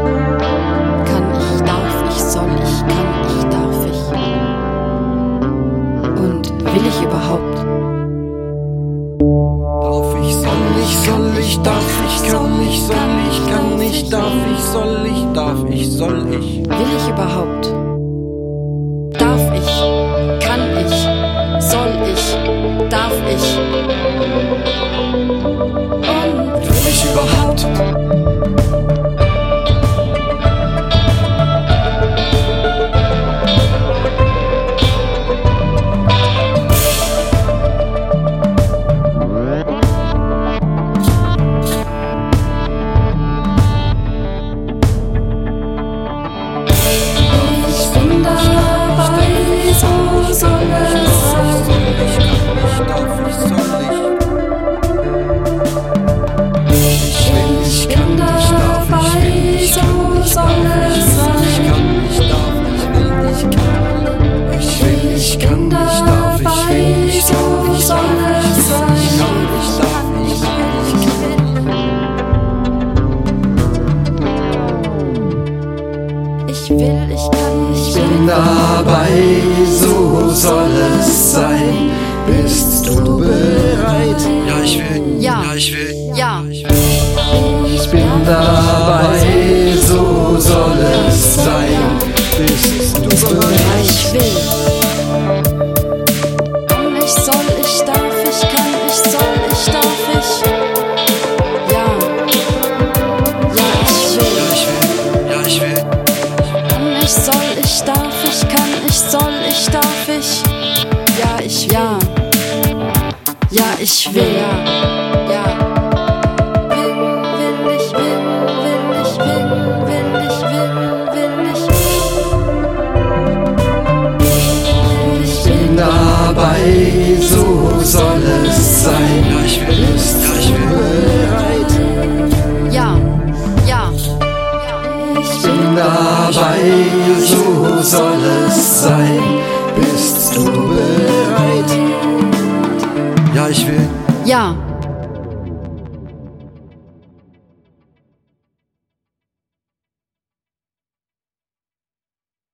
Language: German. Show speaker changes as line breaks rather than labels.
Kann ich, darf ich, soll ich, kann ich, darf ich. Und will ich überhaupt?
Darf ich, soll ich, soll ich, darf ich, kann ich, soll ich, kann ich, darf ich, soll ich, darf ich, soll ich.
Will ich überhaupt? Darf ich? Kann ich? Soll ich? Darf ich? Und will ich überhaupt? Ich bin dabei, so oh, soll es sein.
Soll ich, kann ich, darf ich, soll ich. Ich will, ich kann, ich darf, ich will, ich kann,
so soll es
ich kann, ich darf, ich will, ich kann. Ich will, ich kann, ich darf,
Ich will, ich kann, ich will.
ich will, ich kann, ich darf, ich will, ich kann, ich darf, ich will, ich kann. dabei, so
Ja. Ja,
soll es sein. Bist du bereit? Ja, ich will. ich will. Ich bin dabei, so soll es sein. Bist du bereit?
ich will. Kann ich, soll ich, darf ich, kann ich, soll ich, darf ich. Ja, ja, ich will.
ich will. Ja, ich will.
Kann ich, soll ich, darf ich, kann ich, soll ich, darf ich. Ja, ich will. Ja, ja ich will. Ja, ja. Will, will ich, will, will ich, will, will ich, will, will ich. Will ich, will.
Dabei, so soll es sein. Ja, ich will. Ja, ich will.
Ja, ja. Ich will.
Dabei, so soll es sein. Bist du bereit? Ja, ich will.
Ja.